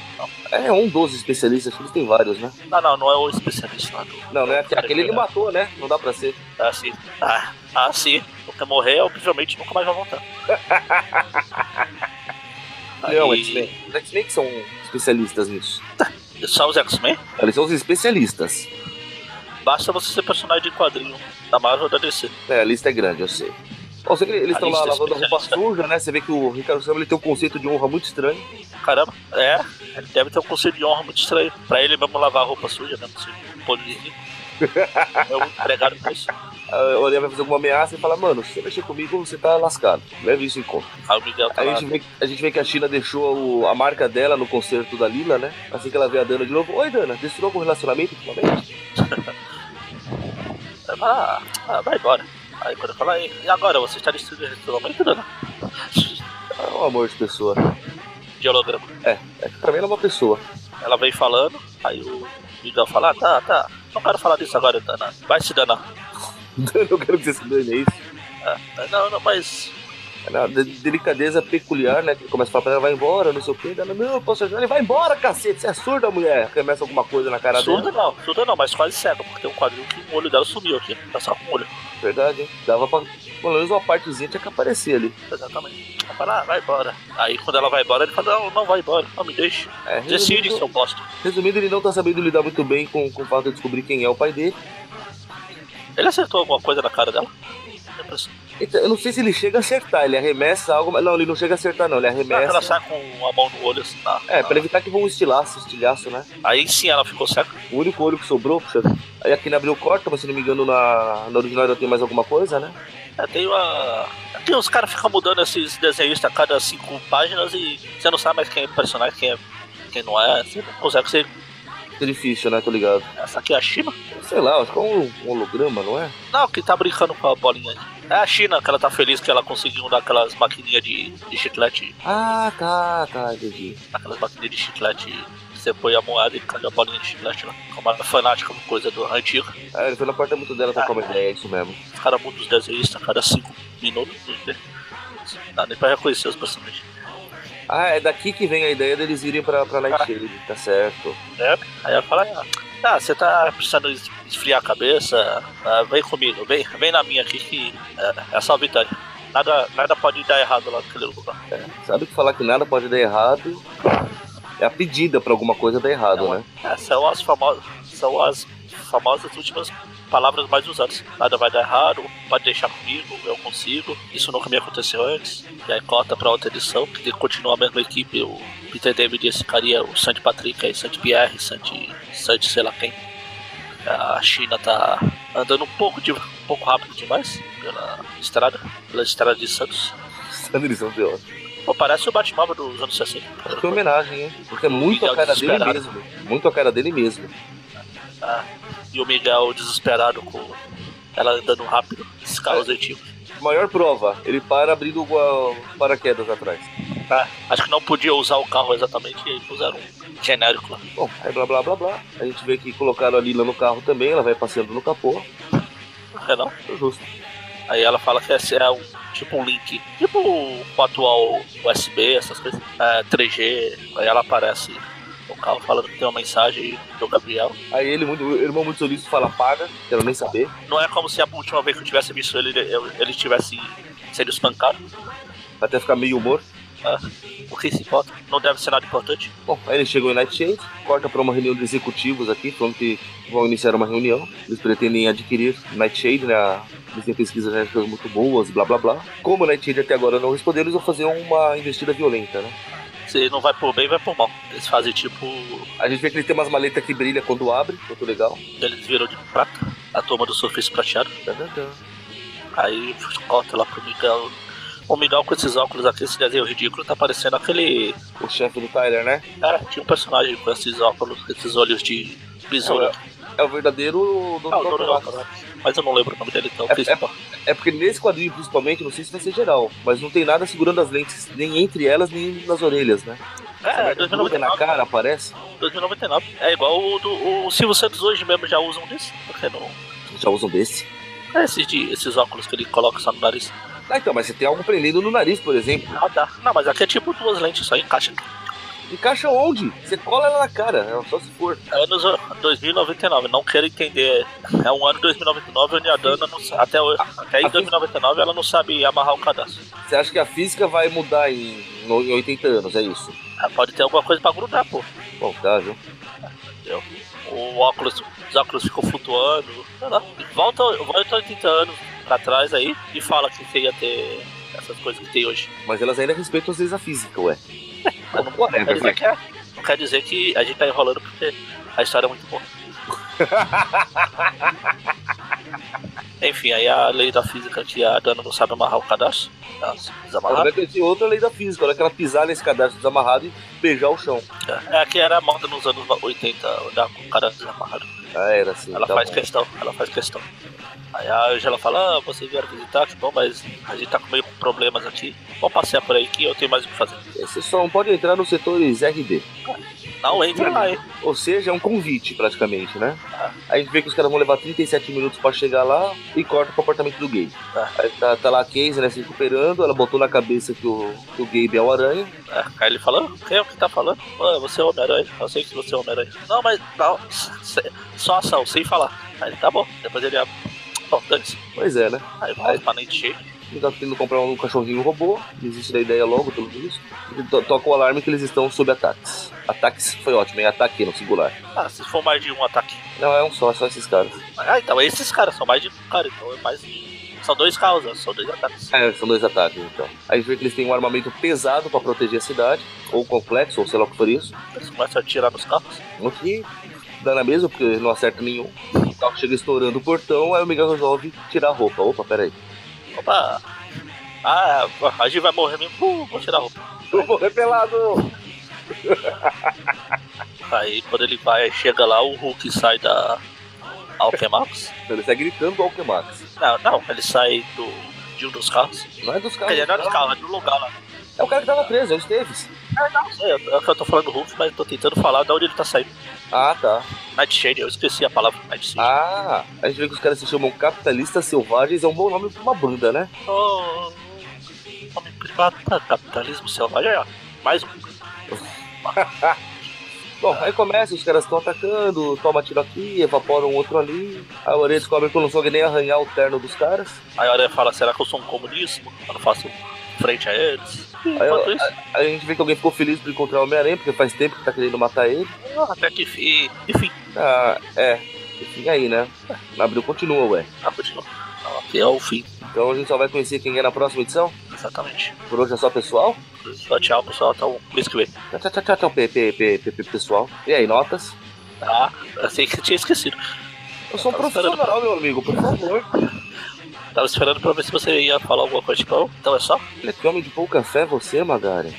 B: É um dos especialistas, acho que eles têm vários, né?
A: Não, não, não é o especialista lá do.
B: Não, né?
A: Cara,
B: Aquele ele
A: cara.
B: matou, né? Não dá pra ser.
A: Ah, sim. Ah, ah sim. Nunca morrer, eu, provavelmente nunca mais vai voltar.
B: Não,
A: Aí-
B: X-Men. Os X-Men que são especialistas nisso.
A: Só os X-Men?
B: Eles são os especialistas.
A: Basta você ser personagem de quadrinho da Marvel ou da DC.
B: É, a lista é grande, eu sei. Ou seja, eles
A: A
B: estão lá
A: lista é
B: lavando a roupa
A: especialista.
B: suja, né? Você vê que o Ricardo Sama ele tem um conceito de honra muito estranho.
A: Caramba, é. Ele deve ter um conselho de honra muito estranho. Pra ele mesmo lavar a roupa suja, né? Você pode dizer. É um empregado com isso.
B: A Oreia Ah, vai fazer alguma ameaça e fala, mano, se você mexer comigo, você tá lascado. Leve isso em conta.
A: Aí o Miguel tá
B: Aí a
A: lá.
B: gente vê, a gente vê que a China deixou o- a marca dela no concerto da Lila, né? Assim que ela vê a Dana de novo, oi Dana, destruiu algum relacionamento ultimamente?
A: Aí fala, ah, vai embora. Aí quando eu falo, aí, e agora? Você está destruindo o restaurante, né?
B: É um amor de pessoa.
A: Dialograma.
B: É que pra mim ela é uma pessoa.
A: Ela vem falando, aí o Miguel fala, ah, tá, tá. Não quero falar disso agora, Dana. Vai se danar.
B: Dana, eu quero que você se dane, é isso.
A: Ah, Não, não, mas.
B: É na de- delicadeza peculiar, né? Que começa a falar pra ela, vai embora, não sei o quê. Dana, não, eu posso ajudar. Ele, vai embora, cacete, você é surda, mulher. Começa alguma coisa na cara dela.
A: Surda não, surda não, mas quase cega, porque tem um quadrinho que o olho dela sumiu aqui. Tá só com o olho.
B: Verdade, hein? Dava pra. Pelo menos uma partezinha tinha que aparecer ali.
A: Exatamente. Ela fala, ah, vai embora. Aí quando ela vai embora, ele fala, não, não vai embora, não me deixe.
B: É,
A: Decide,
B: resumindo-
A: seu bosta.
B: Resumindo, ele não tá sabendo lidar muito bem com, com o fato de descobrir quem é o pai dele.
A: Ele acertou alguma coisa na cara dela? Depois-
B: Então, eu não sei se ele chega a acertar, ele arremessa algo, mas não, ele não chega a acertar, não, ele
A: Será que ela
B: arremessa.
A: sai com a mão no olho assim? na-
B: É,
A: na-
B: pra evitar que vão um estilaço, estilhaço, né?
A: Aí sim ela ficou cega.
B: O único olho que sobrou, puxa. Aí aqui na abriu corta, mas se não me engano, na, na original ainda tem mais alguma coisa, né?
A: É, tem uma. Tem os caras ficam mudando esses desenhistas a cada cinco páginas e você não sabe mais quem é personagem, quem é. Quem não é, você não consegue ser.
B: É difícil, né? Tô ligado.
A: Essa aqui é a China?
B: Sei lá, acho que é um holograma, não é?
A: Não, que tá brincando com a bolinha. aí. É a China que ela tá feliz que ela conseguiu daquelas maquininhas de, de chiclete
B: Ah, tá, tá, entendi.
A: aquelas maquininhas de chiclete. que Você põe a moeda e cai a bolinha de chiclete lá. Como uma fanática, uma coisa do antigo.
B: Ah, ele foi no apartamento dela trocar uma ideia, é isso mesmo.
A: Os caras mudam os desenhistas a cada cinco minutos. né? Não dá nem pra reconhecer os personagens.
B: Ah, é daqui que vem a ideia deles irem pra, pra Nightshade, tá certo.
A: né? Aí ela fala, ah, você tá precisando es- esfriar a cabeça? Ah, vem comigo, vem, vem na minha aqui que é, é só vitória. Nada, nada pode dar errado lá naquele lugar.
B: Sabe que falar que nada pode dar errado é a pedida pra alguma coisa dar errado, né?
A: É, são as famosas. São as famosas últimas palavras mais usadas. Nada vai dar errado, pode deixar comigo, eu consigo. Isso nunca me aconteceu antes. E aí corta pra outra edição, que continua a mesma equipe, o Peter David e esse cara, aí, o Santi Patrick, aí, Santi Pierre, Santi, Santi sei lá quem. A China tá andando um pouco, de, um pouco rápido demais pela estrada, pela estrada de Santos.
B: Anderson deu.
A: Pô, parece o Batman dos anos 60.
B: Que homenagem, hein? Porque é muito a cara dele
A: Desesperado.
B: mesmo. Muito a cara dele mesmo.
A: E o Miguel desesperado com ela andando rápido, esses carros antigos.
B: Maior prova, ele para abrindo o paraquedas atrás.
A: Ah, acho que não podia usar o carro exatamente, e aí puseram um genérico lá.
B: Bom, aí blá blá blá blá. A gente vê que colocaram a Lila no carro também, ela vai passeando no capô.
A: Não é não?
B: Foi Justo.
A: Aí ela fala que esse é um tipo um link, tipo o atual USB, essas coisas, é, 3G. Aí ela aparece no carro falando que tem uma mensagem do Gabriel.
B: Aí ele, muito, o irmão muito solícito, fala paga, quero nem saber.
A: Não é como se a última vez que eu tivesse visto ele, eu- ele tivesse sendo espancado.
B: Até ficar meio humor.
A: Ah, o que se importa? Não deve ser nada importante.
B: Bom, aí eles chegam em Nightshade, corta para uma reunião de executivos aqui, falando que vão iniciar uma reunião. Eles pretendem adquirir Nightshade, né? Eles têm pesquisas genéticas muito boas, blá blá blá. Como Nightshade até agora não respondeu, eles vão fazer uma investida violenta, né?
A: Se não vai por bem, vai por mal. Eles fazem tipo.
B: A gente vê que ele tem umas maletas que brilha quando abre, muito legal.
A: Eles viram de prata a turma do surfista prateado.
B: Tadadã.
A: Aí corta lá pro Miguel. O Miguel com esses óculos aqui, esse desenho ridículo, tá parecendo aquele.
B: O chefe do Tyler, né?
A: Cara, tinha um personagem com esses óculos, esses olhos de besouro.
B: É, É o verdadeiro Dr.
A: Ah, o dono do
B: Octopus.
A: óculos, né? Mas eu não lembro o nome dele, então.
B: É-
A: que se importa.
B: É porque nesse quadrinho, principalmente, não sei se vai ser geral, mas não tem nada segurando as lentes, nem entre elas, nem nas orelhas, né?
A: É,
B: Gruda na
A: 2099.
B: cara, aparece.
A: 2099. É igual o, do, o Silvio Santos hoje mesmo já usa um desse. Porque não.
B: Já usam desse.
A: É esses, de, esses óculos que ele coloca só no nariz.
B: Ah, então, mas você tem algo prendendo no nariz, por exemplo.
A: Ah, dá. Não, mas aqui é tipo duas lentes só, encaixa.
B: Encaixa onde? Você cola ela na cara, é só se for.
A: Anos ah, 2099, não quero entender. É um ano 2099 onde a Dana não, sa- até, hoje- até em 2099 ela não sabe amarrar o cadastro.
B: Você acha que a física vai mudar em, no- em 80 anos, é isso?
A: Ah, Pode ter alguma coisa pra grudar, pô.
B: Bom, tá, viu?
A: O óculos, os óculos ficam flutuando. Sei lá. Volta, volta 80 anos pra trás aí e fala que você ia ter essas coisas que tem hoje.
B: Mas elas ainda respeitam às vezes a física, ué.
A: Quer
B: Whatever,
A: dizer
B: vai.
A: que é- não quer dizer que a gente tá enrolando porque a história é muito boa. Enfim, aí a lei da física que a Dana não sabe amarrar o cadastro. Ela se
B: Ela
A: desamarrar.
B: vai ter outra lei da física, a hora que ela pisar nesse cadastro desamarrado e beijar o chão.
A: É que era a moda nos anos 80, andar com o cara desamarrado.
B: Ah, era assim.
A: Ela
B: tá
A: faz
B: bom.
A: questão, ela faz questão. Aí a Angela fala, ah, vocês vieram visitar, que bom, mas a gente tá meio com problemas aqui. Vamos passear por aí que eu tenho mais o que fazer.
B: Você só não pode entrar nos setores RD.
A: Não entra lá, hein?
B: Ou seja, é um convite praticamente, né?
A: Ah.
B: Aí a gente vê que os caras vão levar 37 minutos pra chegar lá e corta pro apartamento do Gabe.
A: Ah.
B: Aí tá, tá lá a Casey, né, se recuperando, ela botou na cabeça que o, que o Gabe é o aranha.
A: É, aí ele fala, "Ah, quem é o que tá falando? Ah, você é o Homem-Aranha, eu sei que você é o Homem-Aranha. Não, mas não, se- só ação, sem falar. Aí ele, tá bom, depois ele abre. Bom, dane-se.
B: Pois é, né?
A: Aí volta pra Nate Shake.
B: Ele tá tentando comprar um cachorrinho robô, desiste da ideia logo, pelo visto. Ele to- toca o alarme que eles estão sob ataques. Ataques foi ótimo, hein? Ataque no singular.
A: Ah, se for mais de um ataque.
B: Não, é um só, é só esses caras.
A: Ah, então esses caras são mais de um cara, então é mais de... São dois causas, são dois ataques.
B: É, são dois ataques, então. Aí a gente vê que eles têm um armamento pesado pra proteger a cidade, ou complexo, ou sei lá o que for isso.
A: Eles começam a atirar nos carros.
B: No que dá na mesma, porque não acerta nenhum. O carro chega estourando o portão, aí o Miguel resolve tirar a roupa. Opa, peraí.
A: Opa! Ah, a gente vai morrer mesmo. Uh, vou tirar a roupa.
B: Eu vou repelado!
A: Aí quando ele vai, chega lá, o Hulk sai da Alchemax.
B: Então, Ele sai gritando ao Max.
A: Não, não, ele sai do, de um dos carros.
B: Não é dos
A: Quer
B: caras.
A: dizer, não é do carro, é do lugar lá.
B: É o cara que tava preso, é o Esteves.
A: Não sei, é que eu tô falando do Hulk, mas eu tô tentando falar de onde ele tá saindo.
B: Ah, tá.
A: Nightshade, eu esqueci a palavra Nightshade.
B: Ah, a gente vê que os caras se chamam capitalistas selvagens, é um bom nome pra uma banda, né?
A: Oh, homem privado tá capitalismo selvagem. Aí, ó, mais um.
B: Bom, aí começa, os caras estão atacando, toma tiro aqui, evaporam outro ali. Aí o Aranha descobre que eu não soube nem arranhar o terno dos caras.
A: Aí a Aranha fala, será que eu sou um comunismo? Eu não faço frente a eles.
B: Aí eu-
A: Enquanto isso,
B: Aí a gente vê que alguém ficou feliz por encontrar o Homem-Aranha, porque faz tempo que tá querendo matar ele.
A: ah, até que enfim, enfim,
B: Ah, é. Enfim, aí, né? Abril continua, ué.
A: ah, continua. Não, aqui é o fim,
B: Então a gente só vai conhecer quem é na próxima edição.
A: exatamente.
B: Por hoje é só pessoal.
A: Só tchau, pessoal, até o mês que vem.
B: Tchau, tchau, tchau, tchau, tchau, pe- pe- pe- pe- pe- pessoal. E aí, notas?
A: Ah, eu sei que eu tinha esquecido.
B: Eu sou um
A: Tava esperando.
B: profissional, meu amigo, por favor.
A: Tava esperando pra ver se você ia falar alguma coisa, tipo, então é só.
B: Olha que homem de pouca fé você, Magari.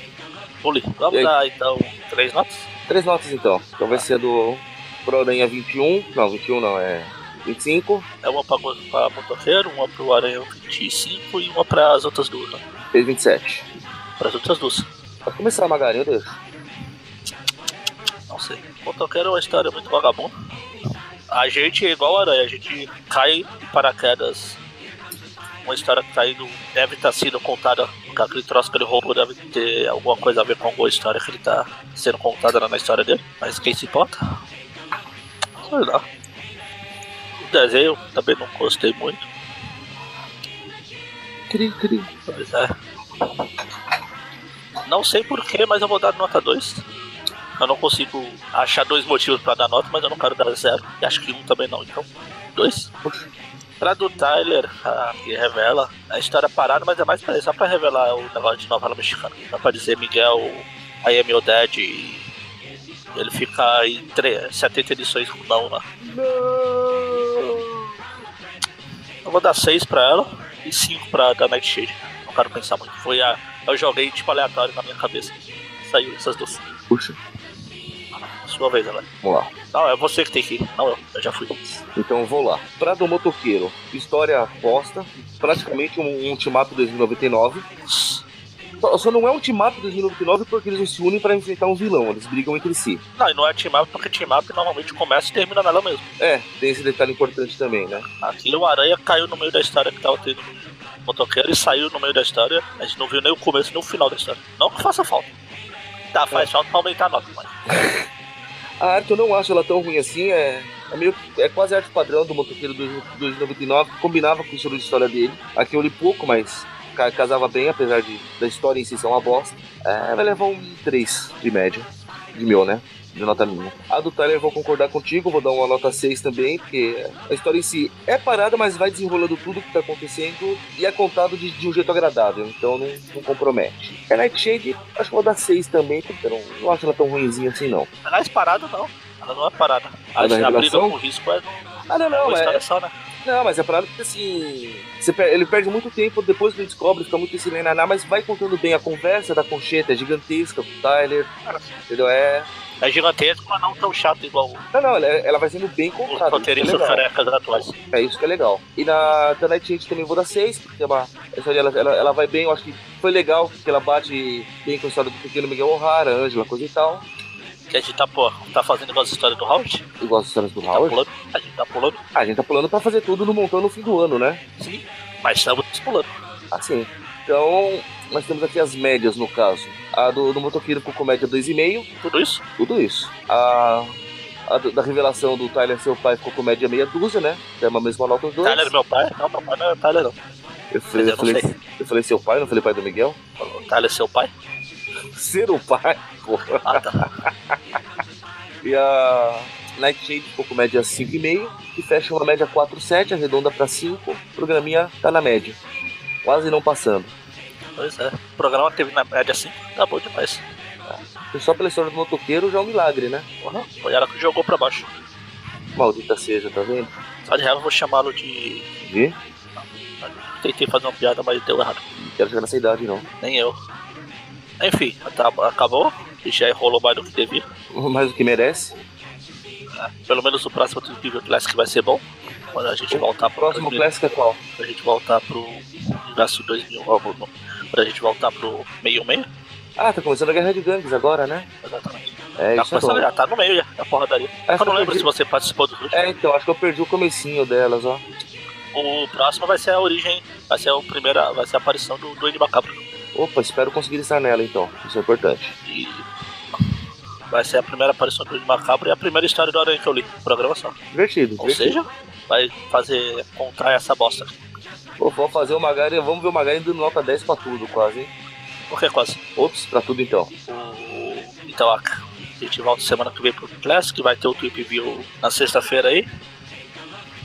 A: Bully,
B: E
A: vamos
B: aí?
A: dar então três notas?
B: Três notas, então. Então vai ser do Pro Aranha 21. Não, 21 não, é 25.
A: É uma pra, pra motoqueiro, uma pro Aranha 25 e uma pras outras duas. Né?
B: E 27.
A: Pras outras duas,
B: Pode começar, Magari, eu deixo.
A: não sei. Motoqueiro é uma história muito vagabunda. A gente é igual aranha, a gente cai de paraquedas. Uma história que tá indo, deve estar sendo contada, porque aquele troço que ele roubou deve ter alguma coisa a ver com alguma história que ele tá sendo contada lá na história dele. Mas quem se importa? Sei lá. O desenho também não gostei muito.
B: Cri, cri.
A: Pois é. Não sei porquê, mas eu vou dar nota 2. Eu não consigo achar dois motivos pra dar nota, mas eu não quero dar zero. E acho que um também não, então. Dois. Pra do Tyler, a, que revela, a história é parada, mas é mais pra, só pra revelar o negócio de novela mexicana. Dá pra dizer Miguel, I am your dad e ele fica em tre- 70 edições com não né? lá. Eu vou dar 6 pra ela e 5 pra da Nightshade. Não quero pensar muito. Foi a. Eu joguei tipo aleatório na minha cabeça. Saiu essas duas.
B: Puxa,
A: Sua vez, ela.
B: vamos lá.
A: Não, é você que tem que ir. Não eu. Eu já fui.
B: Então vou lá. Pra do motoqueiro, história bosta, praticamente um, um team-up 2099. Só, só não é um team-up 2099 porque eles não se unem pra enfrentar um vilão, eles brigam entre si.
A: Não, e não é team up porque team up normalmente começa e termina nela mesmo.
B: É, tem esse detalhe importante também, né?
A: Aqui o Aranha caiu no meio da história que tava tendo no motoqueiro e saiu no meio da história. A gente não viu nem o começo nem o final da história. Não que faça falta.
B: É.
A: Tá, faz falta pra aumentar a nota, mas.
B: A arte eu não acho ela tão ruim assim, é, é meio é quase a arte padrão do motoqueiro do 299, que combinava com o estilo de história dele. Aqui eu li pouco, mas ca- casava bem, apesar de da história em si ser uma bosta. É, vai levar um 3 de média, de meu, né? De nota minha. A do Tyler eu vou concordar contigo, vou dar uma nota 6 também, porque a história em si é parada, mas vai desenrolando tudo que tá acontecendo e é contado de, de um jeito agradável, então não, não compromete. A Nightshade, acho que eu vou dar 6 também, porque eu não, não acho ela tão ruimzinha assim não.
A: Ela é parada não. Ela não é parada. A,
B: Ela é
A: a briga
B: revelação?
A: com o risco é
B: Ah, não,
A: uma
B: não, é,
A: história só, né?
B: Não, mas é parada porque assim. você per- ele perde muito tempo depois que ele descobre, fica muito esse nenaná, mas vai contando bem a conversa da concheta, é gigantesca com o Tyler. Entendeu? É.
A: É gigantesco, mas não tão chato igual os
B: Não, não, ela, ela vai sendo bem contada. isso que é
A: roteiristas
B: legal.
A: carecas atuais.
B: É isso que é legal. E na da Nightshade também vou dar 6, porque é uma- a história, ela, ela, ela vai bem, eu acho que foi legal, porque ela bate bem com a história do pequeno Miguel O'Hara, Angela, coisa e tal.
A: Que a gente tá, pô, tá fazendo igual as histórias do Howard?
B: Igual as histórias do
A: A gente tá
B: Howard.
A: pulando. A gente tá pulando.
B: Ah, a gente tá pulando pra fazer tudo no montão no fim do ano, né?
A: Sim. Mas estamos pulando.
B: Assim. Então, nós temos aqui as médias, no caso. A do, do motoqueiro com comédia 2,5,
A: Tudo isso?
B: tudo isso. A, a do- da revelação do Tyler, seu pai, ficou com média meia dúzia, né? É uma mesma nota dos dois.
A: Tyler, meu pai? Não, meu pai não é Tyler, não.
B: eu, falei,
A: eu
B: eu,
A: não
B: falei,
A: sei.
B: eu falei seu pai, não falei pai do Miguel?
A: Tyler é seu pai?
B: Ser o pai, pô.
A: Ah, tá.
B: E a Nightshade ficou com média 5,5, que fecha uma média 4,7, arredonda pra 5. O programinha tá na média. Quase não passando.
A: Pois é. O programa teve na média assim, tá bom demais.
B: E Só pela história do motoqueiro já é um milagre, né?
A: Porra, foi ela que jogou pra baixo.
B: Maldita seja, tá vendo?
A: Só de raiva eu vou chamá-lo de.
B: Vê?
A: Tentei fazer uma piada, mas deu errado.
B: Não quero chegar nessa idade, não.
A: Nem eu. Enfim, acab- acabou. E já enrolou mais do que devia. Ah,
B: Mas o que merece.
A: Pelo menos o próximo Incrível Classic vai ser bom. Quando a gente
B: O
A: voltar pro
B: Próximo
A: 2000,
B: clássico é qual?
A: quando a gente voltar pro universo 2000, ó, não. quando a gente voltar pro meio meio,
B: Ah, tá começando a guerra de gangues agora, né?
A: exatamente.
B: É,
A: tá
B: isso é
A: começando,
B: bom.
A: já tá no meio já, a porradaria.
B: Essa
A: Eu não lembro
B: perdi-
A: se você participou do último.
B: É, então, acho que eu perdi o comecinho delas, ó.
A: O próximo vai ser a origem, vai ser a primeira, vai ser a aparição do Duende Macabro.
B: Opa, espero conseguir estar nela, então. Isso é importante.
A: E vai ser a primeira aparição do Duende Macabro e a primeira história do Aranha que eu li, programação.
B: Divertido.
A: Ou
B: divertido.
A: seja, vai fazer contar essa bosta.
B: Pô, vamos fazer o Magari, vamos ver o Magari dando nota 10 pra tudo, quase, hein?
A: Porque quase.
B: Ops, pra tudo, então.
A: O... Então, a a gente volta semana que vem pro Classic, vai ter o Trip View na sexta-feira aí.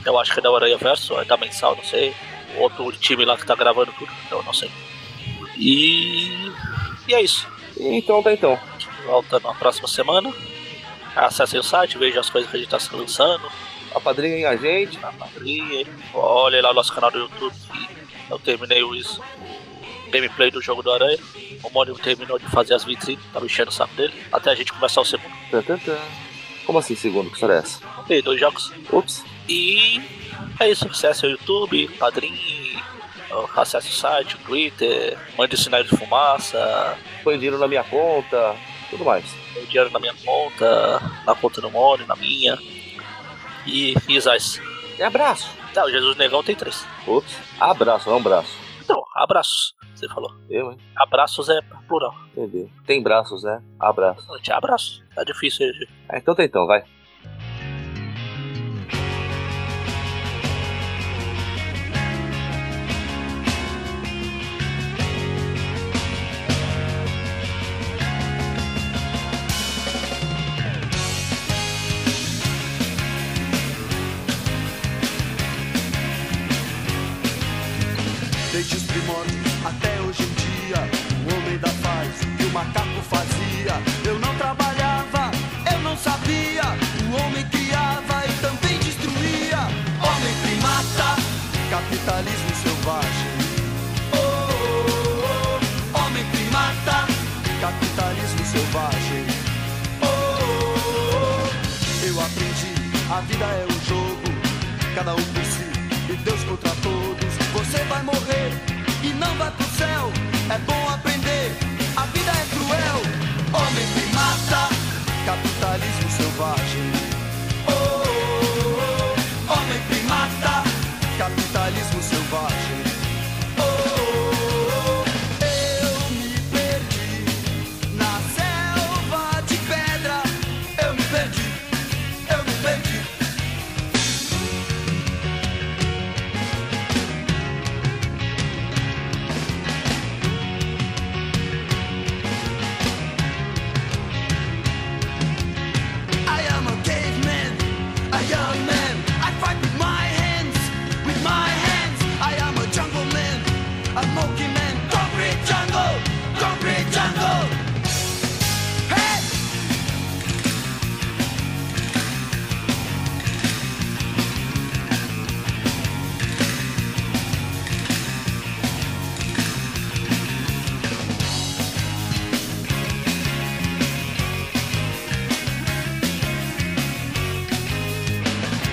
A: Eu acho que é da Aranha Verso, é da Mensal, não sei. Outro time lá que tá gravando tudo, eu não sei. E, e é isso.
B: Então tá, então.
A: A gente volta na próxima semana. Acessem o site, vejam as coisas que a gente tá se lançando. Tá
B: Apadrinhem a gente.
A: Na padrinha. Olhem lá o nosso canal do YouTube. que Eu terminei o, isso, o gameplay do jogo do Aranha. O Mônio terminou de fazer as vitrines, tá mexendo o saco dele. Até a gente começar o segundo.
B: Tan, tan, tan. Como assim, segundo? Que história é essa?
A: Tem dois jogos.
B: Ops.
A: E é isso. Acesse o YouTube, Padrim, acesse o site, o Twitter, mande sinais de fumaça,
B: Põe dinheiro na minha conta. Tudo mais.
A: o dinheiro na minha conta, na conta do Mônio, na minha. E risais.
B: E abraço.
A: Tá, o Jesus Negão tem três.
B: Ops. Abraço, não é um braço.
A: Então, abraços, você falou.
B: Eu, hein?
A: Abraços é plural.
B: Entendeu. Tem braços, né? Abraço.
A: Não, Te abraço. Tá difícil, hein, gente.
B: Ah, então tá, então, vai.
C: Desde os primórdios até hoje em dia, o homem da paz e o macaco fazia. Eu não trabalhava, eu não sabia. O homem criava e também destruía. Homem primata, capitalismo selvagem. Oh, oh, oh, homem primata, capitalismo selvagem. Oh, oh, oh, eu aprendi, a vida é um jogo, cada um por si e Deus contra todos. Você vai morrer e não vai pro céu. É bom aprender, a vida é cruel. Homem primata, capitalismo selvagem. Oh, oh, oh, homem primata, capitalismo selvagem. Oh, oh, oh, eu me perdi na selva de pedra. Eu me perdi, eu me perdi. I am a caveman, a young man. I fight with my hands, with my hands. I am a jungle man, a monkey man. Concrete jungle, concrete jungle. Hey!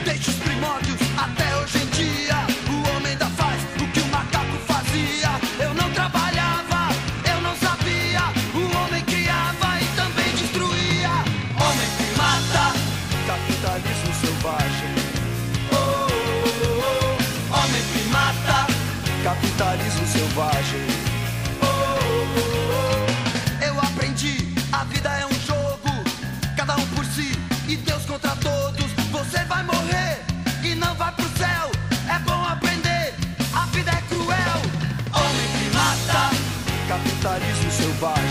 C: Desde os primórdios até hoje em dia, o homem ainda faz o que o macaco fazia. Eu não trabalhava, eu não sabia. O homem criava e também destruía. Homem primata, capitalismo selvagem. Oh, oh, oh, oh. Homem primata, capitalismo selvagem. Oh, oh, oh, oh. Eu aprendi, a vida é um jogo, cada um por si e Deus contra todos. Você vai morrer e não vai pro céu. É bom aprender, a vida é cruel. Homem que mata, capitalismo selvagem. Oh,